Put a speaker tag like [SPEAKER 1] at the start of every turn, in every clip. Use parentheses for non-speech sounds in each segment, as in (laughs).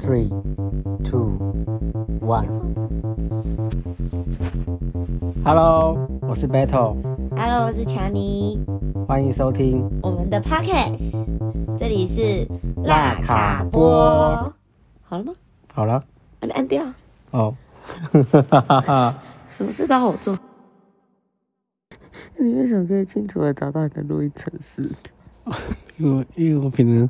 [SPEAKER 1] three, two, one。Hello，我是 Battle，
[SPEAKER 2] Hello，我是强尼，
[SPEAKER 1] 欢迎收听。
[SPEAKER 2] 我们的 Podcast，这里是
[SPEAKER 1] 辣卡波，
[SPEAKER 2] 好了吗？
[SPEAKER 1] 好了，
[SPEAKER 2] 按按掉，
[SPEAKER 1] 哦，哈哈哈，
[SPEAKER 2] 什么事都让我做。 (laughs) 你为什么可以清楚的找到你的录音程式？
[SPEAKER 1] 因为因为我平常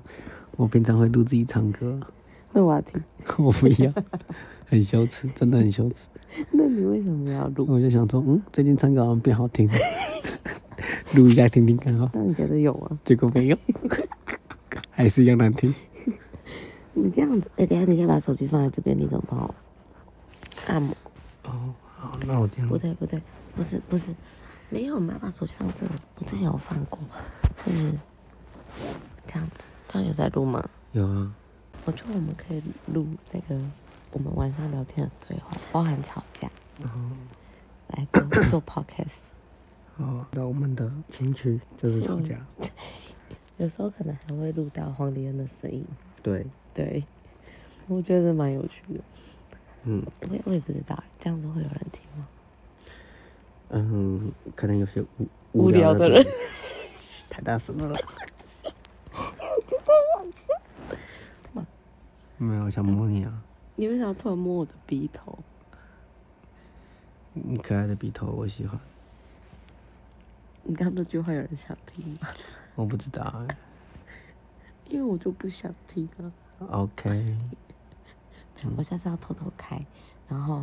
[SPEAKER 1] 我平常会录自己唱歌， (laughs)
[SPEAKER 2] 那我要听。
[SPEAKER 1] 我不
[SPEAKER 2] (laughs)
[SPEAKER 1] 要，很羞耻，真的很羞耻。
[SPEAKER 2] 那你为什么要录？
[SPEAKER 1] 我就想说，嗯，最近唱歌好像变好听了， (laughs) 录一下听听看哈。
[SPEAKER 2] 那你觉得有啊吗？
[SPEAKER 1] 结果
[SPEAKER 2] (laughs)
[SPEAKER 1] 没有，还是一样难听。
[SPEAKER 2] 你这样子，哎、等一下你可以把手机放在这边，你怎么帮我按摩？
[SPEAKER 1] 哦，好，那我这样
[SPEAKER 2] 不对，不对，不是，不是，没有嘛，把手机放这里。我之前有放过，就是这样子。这样有在录吗？
[SPEAKER 1] 有啊，
[SPEAKER 2] 我觉得我们可以录那个我们晚上聊天的对话，包含吵架，嗯来跟做 podcast。
[SPEAKER 1] 哦，那我们的情趣就是吵架，
[SPEAKER 2] (coughs) 嗯有时候可能还会录到黄丽恩的声音，
[SPEAKER 1] 对，
[SPEAKER 2] 对， (coughs) 我觉得蛮有趣的。
[SPEAKER 1] 嗯
[SPEAKER 2] 我也我也不知道，这样子会有人听吗？
[SPEAKER 1] 嗯，可能有些无
[SPEAKER 2] 无聊的人
[SPEAKER 1] 东西，太大声了啦。没有，我想摸你啊，
[SPEAKER 2] (laughs) 你为啥突然摸我的鼻头？
[SPEAKER 1] 你可爱的鼻头我喜欢。
[SPEAKER 2] 你刚那句话有人想听 (laughs) 吗？
[SPEAKER 1] 我不知道啊、
[SPEAKER 2] 因为我就不想听啊。
[SPEAKER 1] OK，
[SPEAKER 2] 我下次要偷偷开，然后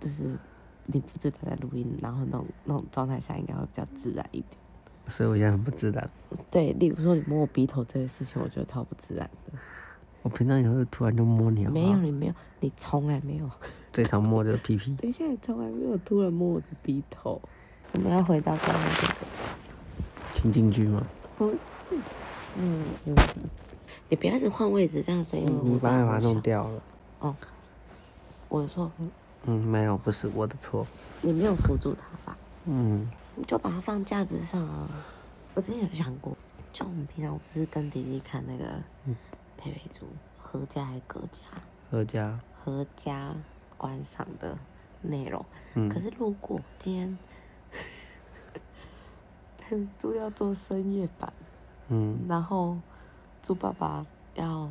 [SPEAKER 2] 就是你不知道在录音，然后那种那种状态下应该会比较自然一点。
[SPEAKER 1] 所以我现在很不自然。
[SPEAKER 2] 对，例如说你摸我鼻头这件事情，我觉得超不自然的。
[SPEAKER 1] 我平常也会突然就摸你好不
[SPEAKER 2] 没
[SPEAKER 1] 好
[SPEAKER 2] 有，，你没有，你从来没有。
[SPEAKER 1] 最常摸就是屁屁。
[SPEAKER 2] (laughs) 等一下，你从来没有突然摸我的鼻头。我们要回到刚刚这个，
[SPEAKER 1] 情境剧吗？
[SPEAKER 2] 不是，嗯嗯，你不要一直换位置，这样声音会
[SPEAKER 1] 嗯你
[SPEAKER 2] 忽大
[SPEAKER 1] 把它
[SPEAKER 2] 忽
[SPEAKER 1] 把它弄
[SPEAKER 2] 小。
[SPEAKER 1] 掉了。
[SPEAKER 2] 哦，我说嗯
[SPEAKER 1] 嗯，没有，不是我的错。
[SPEAKER 2] 你没有扶住他吧？
[SPEAKER 1] 嗯，
[SPEAKER 2] 你就把它放架子上啊。我之前有想过，就我们平常不是跟弟弟看那个佩佩猪合家还隔家？
[SPEAKER 1] 合家。
[SPEAKER 2] 合家观赏的内容。
[SPEAKER 1] 嗯
[SPEAKER 2] 可是如果今天 (laughs) 佩佩猪要做深夜版，
[SPEAKER 1] 嗯
[SPEAKER 2] 然后猪爸爸要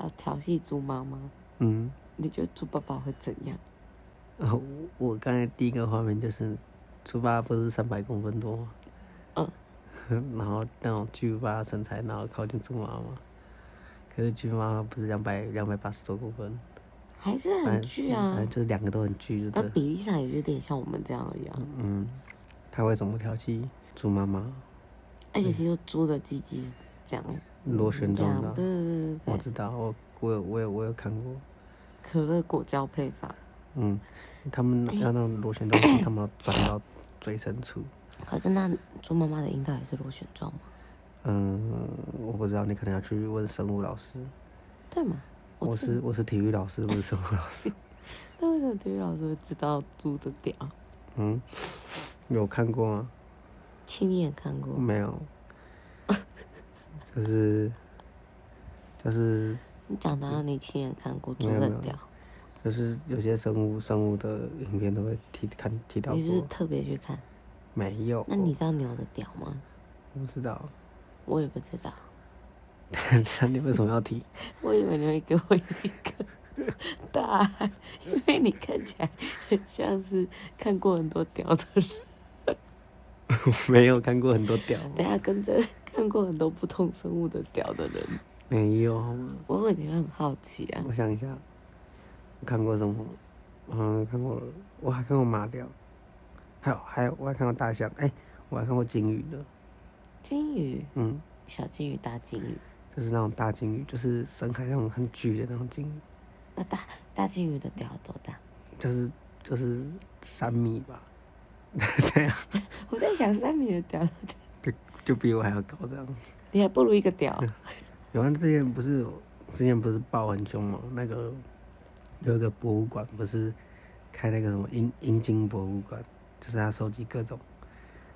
[SPEAKER 2] 要调戏猪妈妈，
[SPEAKER 1] 嗯。
[SPEAKER 2] 你觉得猪爸爸会怎样？
[SPEAKER 1] 然后 (laughs) 我刚才第一个画面就是，猪八不是三百公分多吗？
[SPEAKER 2] 嗯，
[SPEAKER 1] (laughs) 然后那种巨无霸身材，然后靠近猪妈妈。可是巨妈妈不是两百两百八十多公分，
[SPEAKER 2] 还是很巨
[SPEAKER 1] 反
[SPEAKER 2] 啊
[SPEAKER 1] 正，就是两个都很巨，就
[SPEAKER 2] 但
[SPEAKER 1] 是
[SPEAKER 2] 比例上也有点像我们这样啊一样。
[SPEAKER 1] 嗯，他会怎么调戏猪妈妈？
[SPEAKER 2] 而且听说猪的鸡鸡是这样
[SPEAKER 1] 螺旋
[SPEAKER 2] 这
[SPEAKER 1] 状
[SPEAKER 2] 样，对
[SPEAKER 1] 的，
[SPEAKER 2] 对对
[SPEAKER 1] 我
[SPEAKER 2] 对对，
[SPEAKER 1] 知道，我我有我有我有看过，
[SPEAKER 2] 可乐果胶配法。
[SPEAKER 1] 嗯，他们
[SPEAKER 2] 哎
[SPEAKER 1] 要那种螺旋状的，他们要钻到最深处。
[SPEAKER 2] 可是那猪妈妈的阴道也是螺旋状吗？
[SPEAKER 1] 嗯，我不知道，你可能要去问生物老师。
[SPEAKER 2] 对吗？
[SPEAKER 1] 我
[SPEAKER 2] 记得
[SPEAKER 1] 是我是体育老师，不是生物老师。 (laughs)
[SPEAKER 2] 那为什么体啊育老师会知道猪的屌？
[SPEAKER 1] 嗯，有看过吗？
[SPEAKER 2] 亲眼看过，
[SPEAKER 1] 没
[SPEAKER 2] (laughs)
[SPEAKER 1] 有，就是就是
[SPEAKER 2] 你讲到你亲眼看过猪
[SPEAKER 1] 没有
[SPEAKER 2] 的
[SPEAKER 1] 没有
[SPEAKER 2] 屌，
[SPEAKER 1] 就是有些生物生物的影片都会提看提到
[SPEAKER 2] 你是不是
[SPEAKER 1] 过，
[SPEAKER 2] 特别去看？
[SPEAKER 1] 没有，
[SPEAKER 2] 那你知道牛的屌吗？
[SPEAKER 1] 我不知道， (laughs)
[SPEAKER 2] 我也不知道，
[SPEAKER 1] 那你为什么要提？ (laughs)
[SPEAKER 2] 我以为你会给我一个答案，因为你看起来很像是看过很多屌的人。
[SPEAKER 1] 我没有看过很多屌，
[SPEAKER 2] 等一下跟着 (laughs) 看过很多不同生物的屌的人，
[SPEAKER 1] 没有好吗？
[SPEAKER 2] 我会你会很好奇啊。
[SPEAKER 1] 我想一下，我看过什么？嗯，看过，我还看过马雕，还有还有我还看过大象，哎、我还看过鲸鱼的，
[SPEAKER 2] 金鱼，
[SPEAKER 1] 嗯。
[SPEAKER 2] 小金鱼，大金鱼。
[SPEAKER 1] 就是那种大金鱼，就是深海那种很巨的那种金鱼，
[SPEAKER 2] 那大大金鱼的屌多大？
[SPEAKER 1] 就是就是三米吧， (laughs) 这样
[SPEAKER 2] 我在想三米的屌到底
[SPEAKER 1] 就就比我还要高这样。
[SPEAKER 2] 你还不如一个 (laughs) 屌。
[SPEAKER 1] 有啊，之前不是有之前不是爆很凶嘛？那个有一个博物馆不是开那个什么阴阴茎博物馆，就是他收集各种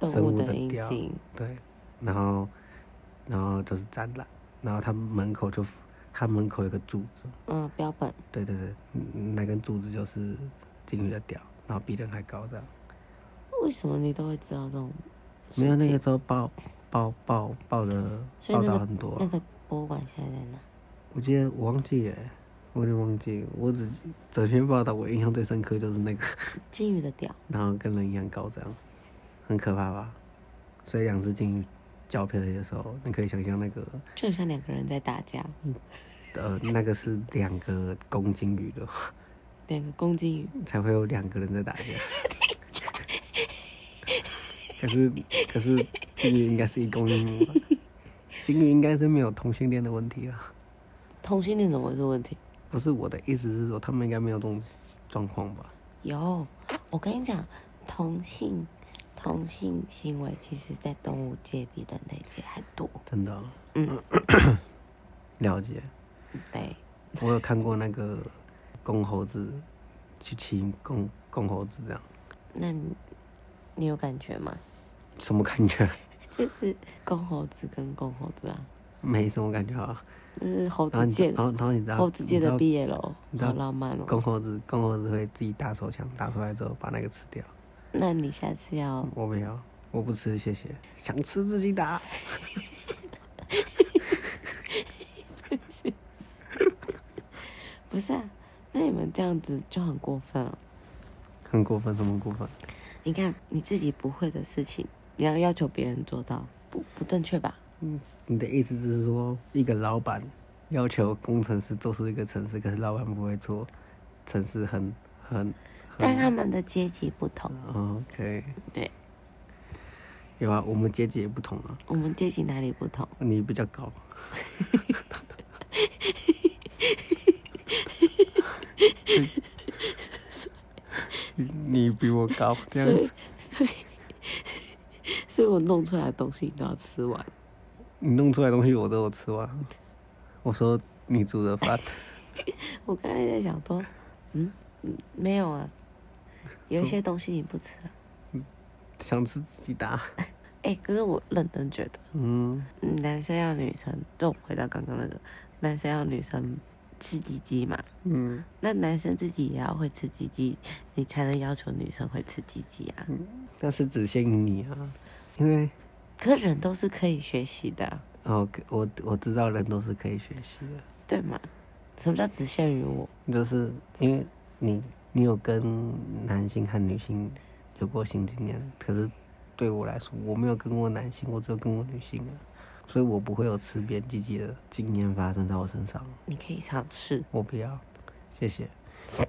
[SPEAKER 2] 动
[SPEAKER 1] 生
[SPEAKER 2] 物
[SPEAKER 1] 物
[SPEAKER 2] 的
[SPEAKER 1] 的
[SPEAKER 2] 阴
[SPEAKER 1] 雕
[SPEAKER 2] 茎，
[SPEAKER 1] 对，然后然后就是展览，然后他们门口就它门口有个柱子，
[SPEAKER 2] 嗯，标本，
[SPEAKER 1] 对对对，嗯那根柱子就是金鱼的屌，然后比人还高这样。
[SPEAKER 2] 为什么你都会知道这种事情？
[SPEAKER 1] 没有那个时候报报报报的
[SPEAKER 2] 所以
[SPEAKER 1] 报
[SPEAKER 2] 那
[SPEAKER 1] 道
[SPEAKER 2] 个嗯
[SPEAKER 1] 很多啊、
[SPEAKER 2] 那个博物馆现在在哪？
[SPEAKER 1] 我记得我忘记了，欸我有点忘记了，我只整篇报道我印象最深刻就是那个，
[SPEAKER 2] 金鱼的屌，
[SPEAKER 1] 然后跟人一样高这样，很可怕吧？所以两只金鱼交配的时候，你可以想象那个
[SPEAKER 2] 就很像两个人在打架，
[SPEAKER 1] 呃那个是两个公金鱼的，
[SPEAKER 2] 两个公金鱼。
[SPEAKER 1] 才会有两个人在打架。可是可是金鱼应该是一公一母吧，金鱼应该是没有同性恋的问题啊。
[SPEAKER 2] 同性恋怎么会是问题？
[SPEAKER 1] 不是我的意思是说，他们应该没有这种状况吧？
[SPEAKER 2] 有，我跟你讲，同性同性行为其实在动物界比人类界还多。
[SPEAKER 1] 真的哦、
[SPEAKER 2] 嗯，
[SPEAKER 1] (coughs) 了解。
[SPEAKER 2] 对，
[SPEAKER 1] 我有看过那个公猴子去骑公公猴子这样，
[SPEAKER 2] 那你你有感觉吗？ (laughs)
[SPEAKER 1] 什么感觉？
[SPEAKER 2] 就是公猴子跟公猴子啊，
[SPEAKER 1] 没什么感觉啊。
[SPEAKER 2] 就是猴
[SPEAKER 1] 然后
[SPEAKER 2] 子
[SPEAKER 1] 你知，
[SPEAKER 2] 界
[SPEAKER 1] 然
[SPEAKER 2] 的
[SPEAKER 1] 后然后你知道
[SPEAKER 2] 猴子界的
[SPEAKER 1] 你知
[SPEAKER 2] BL，哦
[SPEAKER 1] 你知道
[SPEAKER 2] 好浪漫
[SPEAKER 1] 道
[SPEAKER 2] 哦。
[SPEAKER 1] 公猴子公猴子会自己打手枪，打出来之后把那个吃掉。
[SPEAKER 2] 那你下次要
[SPEAKER 1] 我不要，我不吃，谢谢。想吃自己打。
[SPEAKER 2] 不是啊？那你们这样子就很过分了。
[SPEAKER 1] 很过分，什么过分？
[SPEAKER 2] 你看你自己不会的事情，你要要求别人做到，不不正确吧？
[SPEAKER 1] 你的意思是说，一个老板要求工程师做出一个程式，可是老板不会做，程式很很
[SPEAKER 2] 但
[SPEAKER 1] 很。
[SPEAKER 2] 他们的阶级不同，
[SPEAKER 1] OK，
[SPEAKER 2] 对
[SPEAKER 1] 有啊，我们阶级也不同啊，
[SPEAKER 2] 我们阶级哪里不同？
[SPEAKER 1] 你比较高。 (laughs) 你你比我高，这
[SPEAKER 2] 所
[SPEAKER 1] 样
[SPEAKER 2] 以
[SPEAKER 1] 子，
[SPEAKER 2] 所以， (laughs) 所以我弄出来的东西你都要吃完。
[SPEAKER 1] 你弄出来的东西我都有吃完。我说你煮的饭，
[SPEAKER 2] 我刚才在想说，嗯，嗯没有啊，有一些东西你不吃、啊。
[SPEAKER 1] 想吃自己打。
[SPEAKER 2] 哎、可是我认真觉得，
[SPEAKER 1] 嗯，
[SPEAKER 2] 嗯男生要女生，就回到刚刚那个，男生要女生吃鸡鸡嘛，
[SPEAKER 1] 嗯，
[SPEAKER 2] 那男生自己也要会吃鸡鸡，你才能要求女生会吃鸡鸡啊。
[SPEAKER 1] 但嗯是只限于你啊，因为
[SPEAKER 2] 可人都是可以学习的啊，
[SPEAKER 1] 哦，我我知道人都是可以学习的。
[SPEAKER 2] 对吗？什么叫只限于我？
[SPEAKER 1] 就是因为你你有跟男性和女性有过性经验，可是对我来说，我没有跟过男性，我只有跟过女性啊，所以我不会有吃别人鸡鸡的经验发生在我身上，
[SPEAKER 2] 你可以尝试，
[SPEAKER 1] 我不要，谢谢。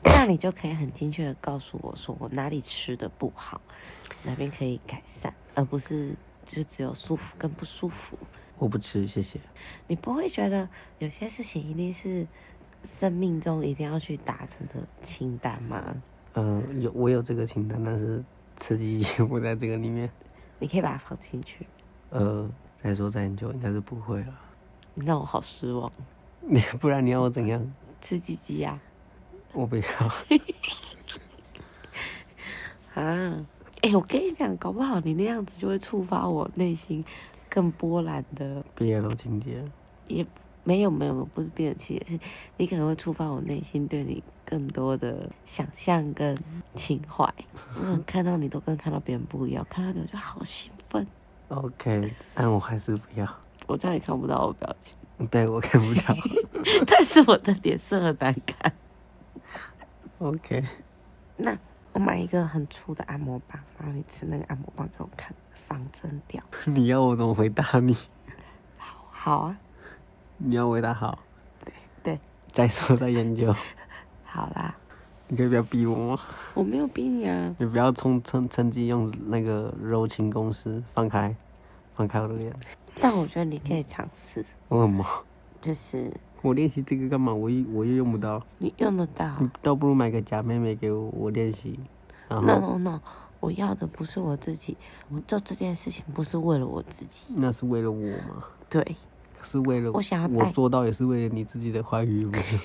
[SPEAKER 2] 这样你就可以很精确的告诉我说我哪里吃的不好，哪边可以改善，而不是就只有舒服跟不舒服。
[SPEAKER 1] 我不吃，谢谢。
[SPEAKER 2] 你不会觉得有些事情一定是生命中一定要去达成的清单吗？
[SPEAKER 1] 嗯、有我有这个清单，但是吃鸡鸡不在这个里面。
[SPEAKER 2] 你可以把它放进去，
[SPEAKER 1] 呃，再说再研究应该是不会了， (laughs)
[SPEAKER 2] 你让我好失望。
[SPEAKER 1] 你不然你要我怎样？
[SPEAKER 2] 吃鸡鸡呀、
[SPEAKER 1] 我不要。 (laughs)
[SPEAKER 2] 啊！啊，哎、我跟你讲，搞不好你那样子就会触发我内心更波澜的，
[SPEAKER 1] 毕业楼情节，
[SPEAKER 2] 也没有没有，不是变气，是你可能会触发我内心对你更多的想象跟情怀。我可能嗯看到你都跟看到别人不一样，看到你我就好兴奋。
[SPEAKER 1] OK，但我还是不要。 (laughs)
[SPEAKER 2] 我知道你看不到我表情，
[SPEAKER 1] 对我看不到。
[SPEAKER 2] (laughs) 但是我的脸色很难看。
[SPEAKER 1] OK，
[SPEAKER 2] 那我买一个很粗的按摩棒，然后你吃那个按摩棒给我看，仿真屌。
[SPEAKER 1] 你要我怎么回答你？ (laughs)
[SPEAKER 2] 好，好啊，
[SPEAKER 1] 你要回答好，
[SPEAKER 2] 对，
[SPEAKER 1] 再说再研究。
[SPEAKER 2] 好啦，
[SPEAKER 1] 你可以不要逼我吗？
[SPEAKER 2] 我没有逼你啊。
[SPEAKER 1] 你不要趁趁趁机用那个柔情攻势，放开，放开我的脸。
[SPEAKER 2] 但我觉得你可以尝试，
[SPEAKER 1] 我很忙，
[SPEAKER 2] 就是
[SPEAKER 1] 我练习这个干嘛？我又我又用不到，
[SPEAKER 2] 你用得到。啊
[SPEAKER 1] 你倒不如买个假妹妹给我，我练习。然
[SPEAKER 2] No
[SPEAKER 1] 后
[SPEAKER 2] No No，我要的不是我自己，我做这件事情不是为了我自己，
[SPEAKER 1] 那是为了我嘛？
[SPEAKER 2] 对，
[SPEAKER 1] 可是为了
[SPEAKER 2] 我想要
[SPEAKER 1] 我
[SPEAKER 2] 带
[SPEAKER 1] 做到也是为了你自己的欢愉，不是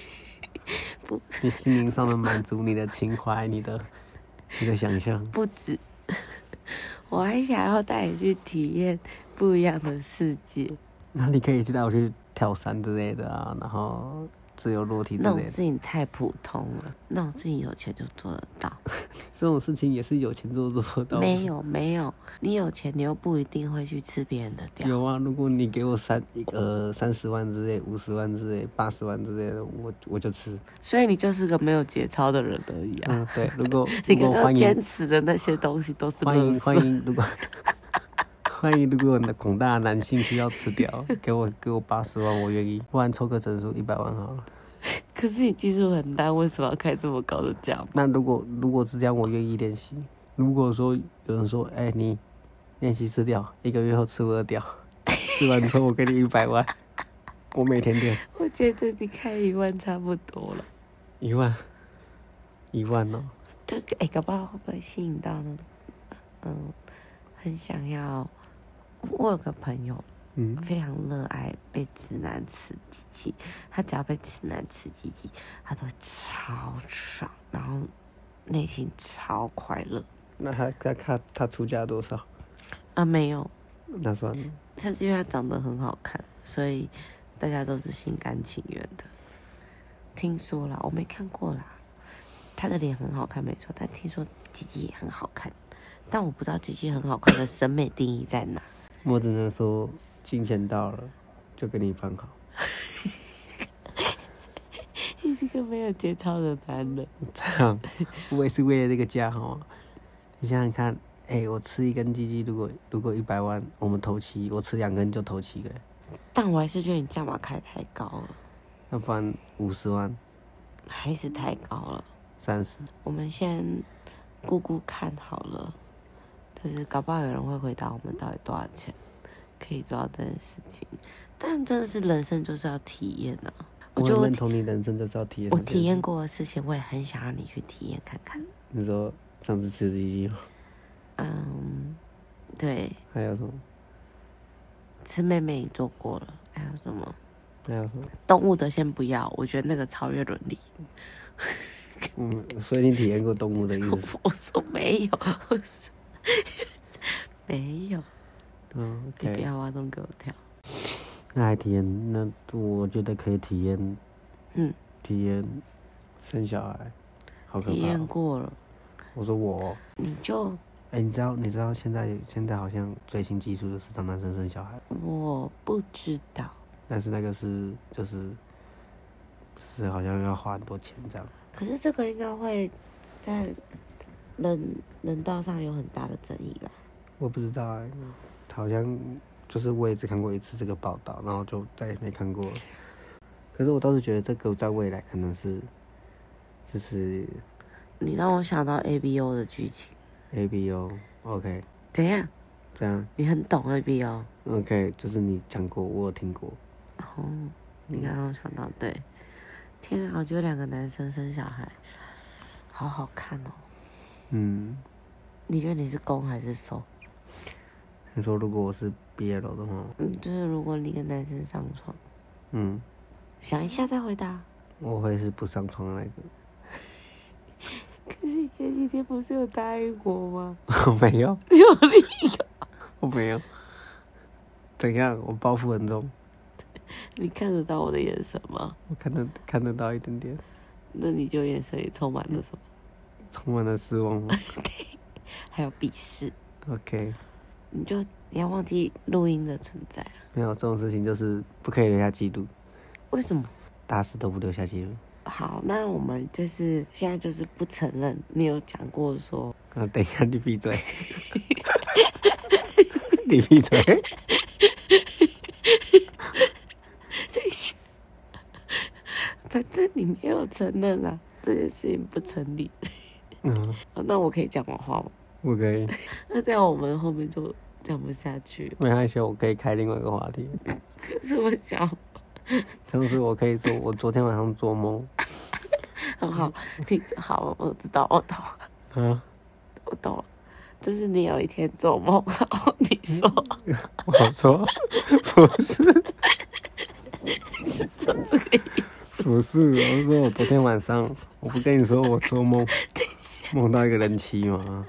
[SPEAKER 2] (laughs) 不
[SPEAKER 1] (laughs) 你心灵上的满足，你的情怀，你的你的想象。
[SPEAKER 2] 不止， (laughs) 我还想要带你去体验不一样的世界。
[SPEAKER 1] 那你可以就带我去跳伞之类的啊，然后自由落体之
[SPEAKER 2] 那种
[SPEAKER 1] 类的
[SPEAKER 2] 事，情太普通了，那种事情有钱就做得到。
[SPEAKER 1] 这种事情也是有钱做做得 (laughs) 到。
[SPEAKER 2] 没有没有，你有钱你又不一定会去吃别人的掉。
[SPEAKER 1] 有啊，如果你给我三呃三十万之类、五十万之类、八十万之类的，我我就吃。
[SPEAKER 2] 所以你就是个没有节操的人而已啊！
[SPEAKER 1] 嗯，对，如果
[SPEAKER 2] (laughs) 你
[SPEAKER 1] 如
[SPEAKER 2] 刚
[SPEAKER 1] 果
[SPEAKER 2] 刚
[SPEAKER 1] 欢
[SPEAKER 2] 坚
[SPEAKER 1] 迎
[SPEAKER 2] 持的那些东西都是
[SPEAKER 1] 欢迎
[SPEAKER 2] 垃圾
[SPEAKER 1] 欢迎，如果 (laughs) 欢迎如果有广大男性需要吃 (laughs) 掉，给我给我八十万，我愿意，不然抽个整数一百万好了。
[SPEAKER 2] 可是你技术很烂，为什么要开这么高的价码？
[SPEAKER 1] 那如果如果是这样，我愿意练习。如果说有人说，哎、你练习吃掉，一个月后吃我的掉， (laughs) 吃完之后我给 (laughs) 你一百万，我每天 (laughs) 练
[SPEAKER 2] (laughs) 我觉得你开一万差不多了。
[SPEAKER 1] 一万，一万哦。
[SPEAKER 2] 对，哎、搞不好会不会吸引到呢？嗯，很想要。我有个朋友
[SPEAKER 1] 嗯，
[SPEAKER 2] 非常热爱被直男吃鸡鸡，他只要被直男吃鸡鸡，他都超爽，然后内心超快乐。
[SPEAKER 1] 那他他看他出价多少？
[SPEAKER 2] 啊，没有，
[SPEAKER 1] 那算了
[SPEAKER 2] 但是因为他长得很好看，所以大家都是心甘情愿的。听说啦，我没看过啦。他的脸很好看，没错，但听说吉吉也很好看，但我不知道吉吉很好看的审美定义在哪。
[SPEAKER 1] 我只能说金钱到了就给你办好。
[SPEAKER 2] (laughs) 你这个没有节操的男人，
[SPEAKER 1] 这样， (laughs) 我也是为了这个家好吗？你想想看，哎、我吃一根鸡鸡，如果如果一百万，我们投七，我吃两根就投七个，
[SPEAKER 2] 但我还是觉得你价码开太高了，
[SPEAKER 1] 要不然五十万、
[SPEAKER 2] 还是太高了。
[SPEAKER 1] 三十，
[SPEAKER 2] 我们先估估看好了，就是搞不好有人会回答我们到底多少钱可以做到这件事情，但真的是人生就是要体验啊！我觉得
[SPEAKER 1] 很
[SPEAKER 2] 我
[SPEAKER 1] 认
[SPEAKER 2] 体
[SPEAKER 1] 同你人生就是要体验。啊
[SPEAKER 2] 我体验，过的事情，我也很想让你去体验看看。
[SPEAKER 1] 你说上次吃鸡鸡吗，
[SPEAKER 2] 嗯，对，
[SPEAKER 1] 还有什么？
[SPEAKER 2] 吃妹妹已经做过了，还有什么
[SPEAKER 1] 还有什么？
[SPEAKER 2] 动物的先不要，我觉得那个超越伦理。
[SPEAKER 1] 嗯，所以你体验过动物的意思是？
[SPEAKER 2] (laughs) 我说没有， (laughs) 我说没有，
[SPEAKER 1] 嗯
[SPEAKER 2] 你不
[SPEAKER 1] ，OK，
[SPEAKER 2] 要挖洞给我跳。
[SPEAKER 1] 那还体验？那我觉得可以体验
[SPEAKER 2] 嗯，
[SPEAKER 1] 体验生小孩，好可
[SPEAKER 2] 体
[SPEAKER 1] 怕、
[SPEAKER 2] 验
[SPEAKER 1] 哦！
[SPEAKER 2] 过了，
[SPEAKER 1] 我说我哦，
[SPEAKER 2] 你就
[SPEAKER 1] 哎、你知道你知道现在现在好像最新技术就是让男生生小孩，
[SPEAKER 2] 我不知道，
[SPEAKER 1] 但是那个是就是就是好像要花很多钱这样。
[SPEAKER 2] 可是这个应该会在人人道上有很大的争议吧？
[SPEAKER 1] 我不知道哎、好像就是我也只看过一次这个报道，然后就再也没看过了。可是我倒是觉得这个在未来可能是就是
[SPEAKER 2] 你让我想到 A B O 的剧情。
[SPEAKER 1] A B O OK
[SPEAKER 2] 等一下，
[SPEAKER 1] 这样
[SPEAKER 2] 你很懂 A B O。
[SPEAKER 1] OK，就是你讲过，我有听过。
[SPEAKER 2] 哦，你刚刚想到对，天啊，我觉得两个男生生小孩，好好看哦。
[SPEAKER 1] 嗯，
[SPEAKER 2] 你觉得你是攻还是受？
[SPEAKER 1] 你说如果我是 BL 的话，
[SPEAKER 2] 嗯，就是如果你跟男生上床，
[SPEAKER 1] 嗯，
[SPEAKER 2] 想一下再回答。
[SPEAKER 1] 我会是不上床的那个。
[SPEAKER 2] 可是你前几天不是有答应我吗？
[SPEAKER 1] 我没有，
[SPEAKER 2] 你有理由。
[SPEAKER 1] 我没有。怎样？我包袱很重，
[SPEAKER 2] (laughs) 你看得到我的眼神吗？
[SPEAKER 1] 我看得看得到一点点，
[SPEAKER 2] 那你就眼神里充满了什么？
[SPEAKER 1] 充满了失望。
[SPEAKER 2] 还有鄙视，
[SPEAKER 1] OK，
[SPEAKER 2] 你就你要忘记录音的存在啊？
[SPEAKER 1] 没有这种事情就是不可以留下记录，
[SPEAKER 2] 为什么？
[SPEAKER 1] 大事都不留下记录。
[SPEAKER 2] 好，那我们就是现在就是不承认你有讲过 (laughs) 说，
[SPEAKER 1] 啊，等一下，你闭嘴，你闭嘴。
[SPEAKER 2] 反正你没有承认啊，这件事情不成立。
[SPEAKER 1] 嗯，
[SPEAKER 2] 好那我可以讲完话吗？
[SPEAKER 1] 我可以，
[SPEAKER 2] 那这样我们后面就讲不下去了。
[SPEAKER 1] 没关系，我可以开另外一个话题。
[SPEAKER 2] 可是我想，
[SPEAKER 1] 同时，我可以说，我昨天晚上做梦。
[SPEAKER 2] 很好，你好，我知道，我懂了，
[SPEAKER 1] 啊，
[SPEAKER 2] 我懂了。就是你有一天做梦，然后你说，
[SPEAKER 1] 我说 (laughs) 不是。
[SPEAKER 2] 嗯就这个意思
[SPEAKER 1] 不是，我说我昨天晚上，我不跟你说我做梦，梦到一个人妻吗？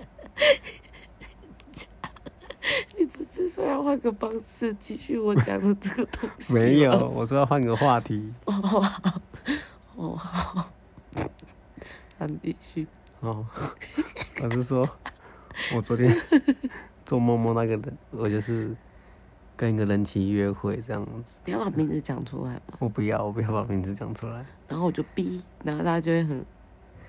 [SPEAKER 2] 你不是说要换个方式继续我讲的这个东西。
[SPEAKER 1] 没有，，我说要换个话题。
[SPEAKER 2] 哦，好，那你继续。
[SPEAKER 1] 哦，我是说，我昨天做梦梦到一个人，我就是跟一个人妻约会这样子。
[SPEAKER 2] 你要把名字讲出来嘛，
[SPEAKER 1] 我不要，我不要把名字讲出来。
[SPEAKER 2] 然后我就逼，然后大家就会很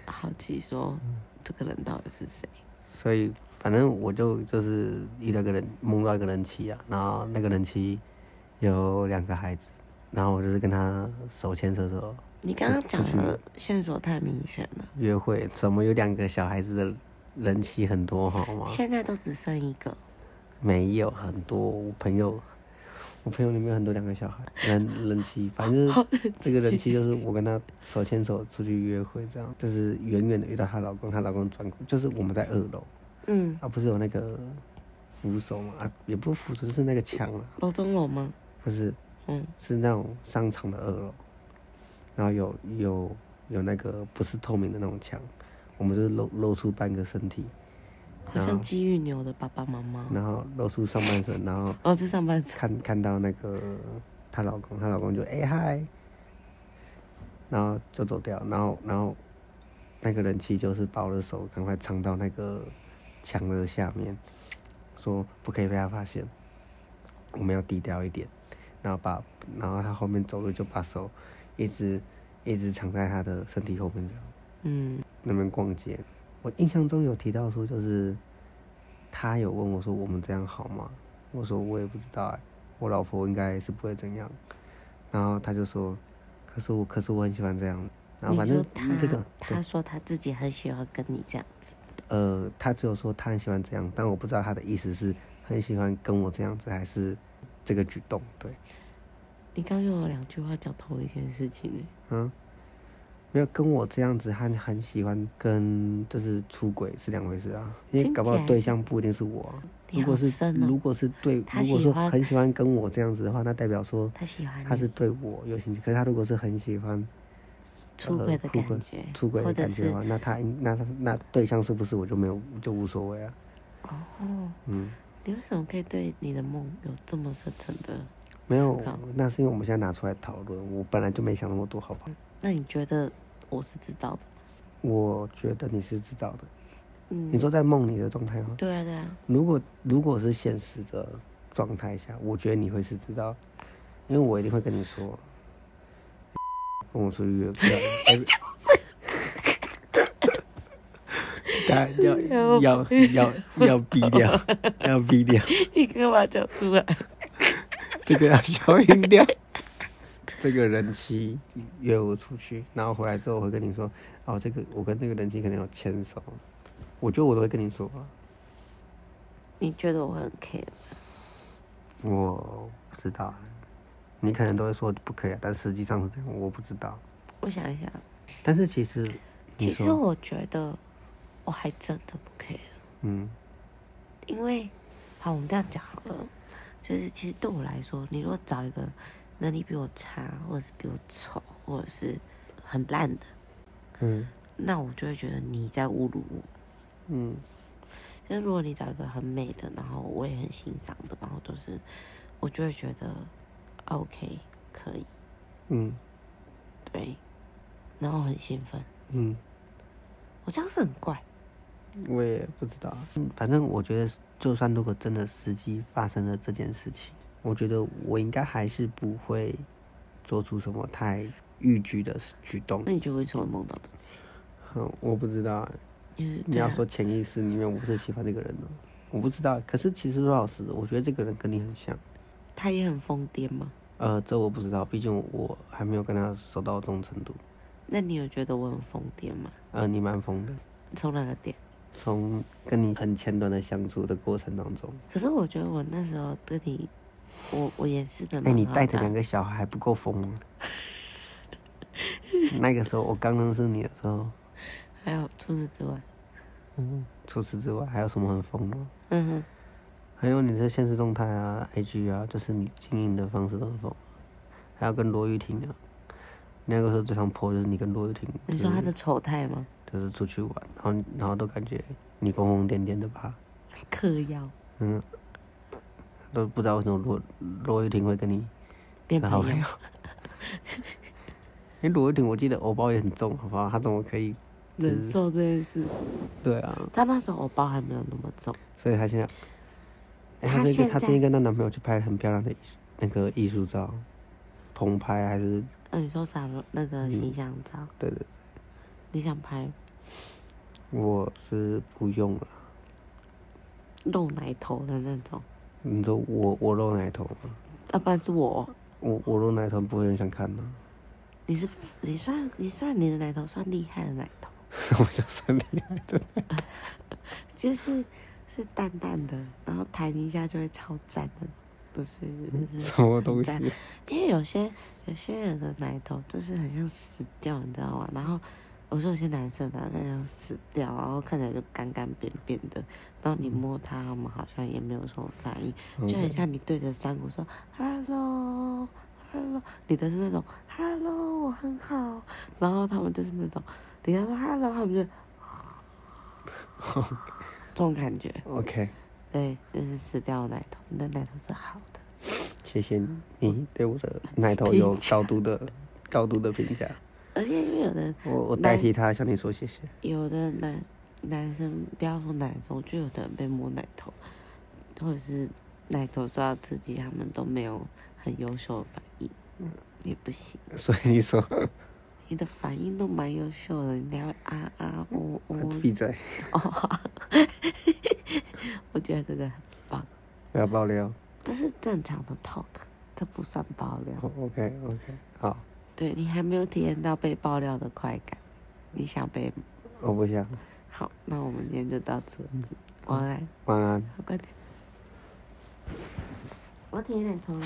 [SPEAKER 2] 好奇说，这个人到底是谁？
[SPEAKER 1] 所以反正我就就是遇到一个人，梦到一个人妻啊，然后那个人妻有两个孩子，然后我就是跟他手牵手手
[SPEAKER 2] 你刚刚讲
[SPEAKER 1] 出去
[SPEAKER 2] 的线索太明显了，
[SPEAKER 1] 约会，怎么有两个小孩子的人妻很多好吗？
[SPEAKER 2] 现在都只剩一个。
[SPEAKER 1] 没有很多，我朋友，我朋友里面有很多两个小孩，人人妻，反正这个人妻就是我跟她手牵手出去约会，这样就是远远的遇到她老公，她老公转过，就是我们在二楼，
[SPEAKER 2] 嗯，
[SPEAKER 1] 啊不是有那个扶手嘛，啊也不是扶手，就是那个墙啊，
[SPEAKER 2] 楼中楼吗？
[SPEAKER 1] 不是
[SPEAKER 2] 嗯，
[SPEAKER 1] 是那种商场的二楼，然后有有有那个不是透明的那种墙，我们就是露露出半个身体，
[SPEAKER 2] 好像机遇牛的爸爸妈妈。
[SPEAKER 1] 然后露出上半身，然后
[SPEAKER 2] 哦，是上半身。
[SPEAKER 1] 看看到那个她老公，她老公就哎、嗨，然后就走掉，然后然后那个人妻就是把我的手赶快藏到那个墙的下面，说不可以被他发现，我们要低调一点，然后把然后他后面走路就把手一直一直藏在他的身体后面这样。
[SPEAKER 2] 嗯，
[SPEAKER 1] 那边逛街，我印象中有提到说，就是他有问我说我们这样好吗？我说我也不知道、欸，我老婆应该是不会怎样。然后他就说，可是我可是我很喜欢这样。然后反
[SPEAKER 2] 你
[SPEAKER 1] 正
[SPEAKER 2] 说他
[SPEAKER 1] 这个
[SPEAKER 2] 他说他自己很喜欢跟你这样子。
[SPEAKER 1] 呃，他只有说他很喜欢这样，但我不知道他的意思是很喜欢跟我这样子，还是这个举动。对，
[SPEAKER 2] 你刚刚用了两句话讲同一件事情呢。
[SPEAKER 1] 嗯，没有跟我这样子，他很喜欢跟就是出轨是两回事啊，因为
[SPEAKER 2] 听
[SPEAKER 1] 搞不
[SPEAKER 2] 起
[SPEAKER 1] 好
[SPEAKER 2] 来
[SPEAKER 1] 对
[SPEAKER 2] 是
[SPEAKER 1] 象不一定是我、啊。
[SPEAKER 2] 你
[SPEAKER 1] 如
[SPEAKER 2] 好
[SPEAKER 1] 果是、
[SPEAKER 2] 深
[SPEAKER 1] 如
[SPEAKER 2] 哦，
[SPEAKER 1] 果是对，
[SPEAKER 2] 他
[SPEAKER 1] 如果
[SPEAKER 2] 喜
[SPEAKER 1] 说
[SPEAKER 2] 欢
[SPEAKER 1] 很喜欢跟我这样子的话，那代表说
[SPEAKER 2] 他喜欢
[SPEAKER 1] 他
[SPEAKER 2] 你
[SPEAKER 1] 是对我有兴趣。可是他如果是很喜欢
[SPEAKER 2] 出
[SPEAKER 1] 呃
[SPEAKER 2] 轨的
[SPEAKER 1] 出轨
[SPEAKER 2] 感觉，
[SPEAKER 1] 出轨
[SPEAKER 2] 或
[SPEAKER 1] 的
[SPEAKER 2] 者
[SPEAKER 1] 感觉
[SPEAKER 2] 是
[SPEAKER 1] 的话，那他应那他那对象是不是我就没有就无所谓啊？
[SPEAKER 2] 哦，
[SPEAKER 1] 嗯，
[SPEAKER 2] 你为什么可以对你的梦有这么深层的？
[SPEAKER 1] 没有
[SPEAKER 2] 思考，
[SPEAKER 1] 那是因为我们现在拿出来讨论，我本来就没想那么多，好不好？
[SPEAKER 2] 那你觉得我是知道的？
[SPEAKER 1] 我觉得你是知道的。
[SPEAKER 2] 嗯
[SPEAKER 1] 你，说在梦里的状态吗？
[SPEAKER 2] 对啊对啊，
[SPEAKER 1] 如果如果是现实的状态下，我觉得你会是知道，因为我一定会跟你说， (laughs) 跟我出去约会，大家哎要要要要逼掉，要逼掉，
[SPEAKER 2] 你干嘛讲出来？
[SPEAKER 1] 这个要消音掉。 (laughs) 这个人妻约我出去，然后回来之后我会跟你说，哦，这个我跟这个人妻可能有牵手，我觉得我都会跟你说啊。
[SPEAKER 2] 你觉得我很 care？
[SPEAKER 1] 我不知道，你可能都会说不可以啊，但实际上是这样，我不知道。
[SPEAKER 2] 我想一想，
[SPEAKER 1] 但是其实，你
[SPEAKER 2] 其实
[SPEAKER 1] 说，
[SPEAKER 2] 我觉得我还真的不 care。
[SPEAKER 1] 嗯
[SPEAKER 2] 因为，嗯好，我们这样讲好了，就是其实对我来说，你如果找一个能力比我差，或者是比我丑，或者是很烂的，
[SPEAKER 1] 嗯
[SPEAKER 2] 那我就会觉得你在侮辱我。
[SPEAKER 1] 嗯
[SPEAKER 2] 但是如果你找一个很美的，然后我也很欣赏的，然后都是，我就会觉得 OK 可以，
[SPEAKER 1] 嗯
[SPEAKER 2] 对，然后很兴奋。
[SPEAKER 1] 嗯，
[SPEAKER 2] 我这样是很怪，
[SPEAKER 1] 我也不知道。嗯反正我觉得，就算如果真的实际发生了这件事情，我觉得我应该还是不会做出什么太逾矩的举动
[SPEAKER 2] 那。你就会从我梦到的，
[SPEAKER 1] 嗯，我不知道啊、
[SPEAKER 2] 就是
[SPEAKER 1] 你
[SPEAKER 2] 对
[SPEAKER 1] 要
[SPEAKER 2] 啊
[SPEAKER 1] 说潜意识里面我是喜欢这个人的，我不知道。可是其实说老实的，我觉得这个人跟你很像。
[SPEAKER 2] 他也很疯癫嘛。
[SPEAKER 1] 呃，这我不知道，毕竟我还没有跟他熟到这种程度。
[SPEAKER 2] 那你有觉得我很疯癫吗？
[SPEAKER 1] 呃，你蛮疯的，
[SPEAKER 2] 从哪个点？
[SPEAKER 1] 从跟你很前端的相处的过程当中，
[SPEAKER 2] 可是我觉得我那时候跟你，我我也是的。
[SPEAKER 1] 哎、你带着两个小孩还不够疯吗？那个时候我刚认识你的时候，
[SPEAKER 2] 啊还有除此之外，
[SPEAKER 1] 嗯，除此之外还有什么很疯吗？
[SPEAKER 2] 嗯哼，
[SPEAKER 1] 还有你的现实动态啊、IG 啊，就是你经营的方式都很疯，啊还有跟罗玉婷啊，那个时候最常 po 就是你跟罗玉婷，
[SPEAKER 2] 你说他的丑态吗？
[SPEAKER 1] 就是出去玩，然后嗯然后都感觉你疯疯癫癫的吧。
[SPEAKER 2] 嗑药，
[SPEAKER 1] 嗯，都不知道为什么罗罗玉婷会跟你
[SPEAKER 2] 变
[SPEAKER 1] 是好
[SPEAKER 2] 朋友
[SPEAKER 1] 朋友。因为罗玉婷我记得偶包也很重，好不好？她怎么可以？
[SPEAKER 2] 忍受这件事。
[SPEAKER 1] 对啊，
[SPEAKER 2] 但那时候我包还没有那么重，
[SPEAKER 1] 所以她现在，哎
[SPEAKER 2] 她
[SPEAKER 1] 她最近
[SPEAKER 2] 现
[SPEAKER 1] 她最
[SPEAKER 2] 在
[SPEAKER 1] 近跟她男朋友去拍很漂亮的艺术那个艺术照，棚拍还是
[SPEAKER 2] 呃，你说啥那个形象照，
[SPEAKER 1] 对对，
[SPEAKER 2] 你想拍
[SPEAKER 1] 我是不用了。
[SPEAKER 2] 露奶头的那种，
[SPEAKER 1] 你说我我露奶头吗？
[SPEAKER 2] 要不然是我，
[SPEAKER 1] 我我露奶头不会有人想看
[SPEAKER 2] (laughs)
[SPEAKER 1] 吗？
[SPEAKER 2] 你是你算你算你的奶头算厉害的奶头，
[SPEAKER 1] 我叫三恋爱的，
[SPEAKER 2] 就是是淡淡的，然后弹一下就会超赞的，不是，就是
[SPEAKER 1] 什么东西？
[SPEAKER 2] 赞因为有些有些人的奶头就是很像死掉，你知道吗？然后哦我说有些男生的那像死掉，然后看起来就干干扁扁的，然后你摸它，他们好像也没有什么反应，就很像你对着山谷说 “hello hello”，你的是那种 “hello 我很好”，然后他们就是那种，等一下说 “hello”，他们就这种感觉，
[SPEAKER 1] OK，
[SPEAKER 2] 对，这是死掉的奶头，你的奶头是好的。
[SPEAKER 1] 谢谢你对我的奶头有
[SPEAKER 2] 评价
[SPEAKER 1] 高度的高度的评价，
[SPEAKER 2] 而且因为有的人
[SPEAKER 1] 我我代替他向你说谢谢。 (laughs)
[SPEAKER 2] 有的男男生不要说男生，我觉得有的人被摸奶头，或者是奶头受到刺激，他们都没有很优秀的反应，也不行。
[SPEAKER 1] 所以你说
[SPEAKER 2] 你的反应都蛮优秀的，你还会啊啊哦哦
[SPEAKER 1] 闭嘴，
[SPEAKER 2] 哦，我觉得这个很棒，
[SPEAKER 1] 不要爆料。
[SPEAKER 2] 这是正常的 talk，这不算爆料。
[SPEAKER 1] OK OK，好，
[SPEAKER 2] 对你还没有体验到被爆料的快感，你想被
[SPEAKER 1] 我不想。
[SPEAKER 2] 好，那我们今天就到此为止，晚安。
[SPEAKER 1] 晚安。
[SPEAKER 2] 好，快点。我挺有点头晕。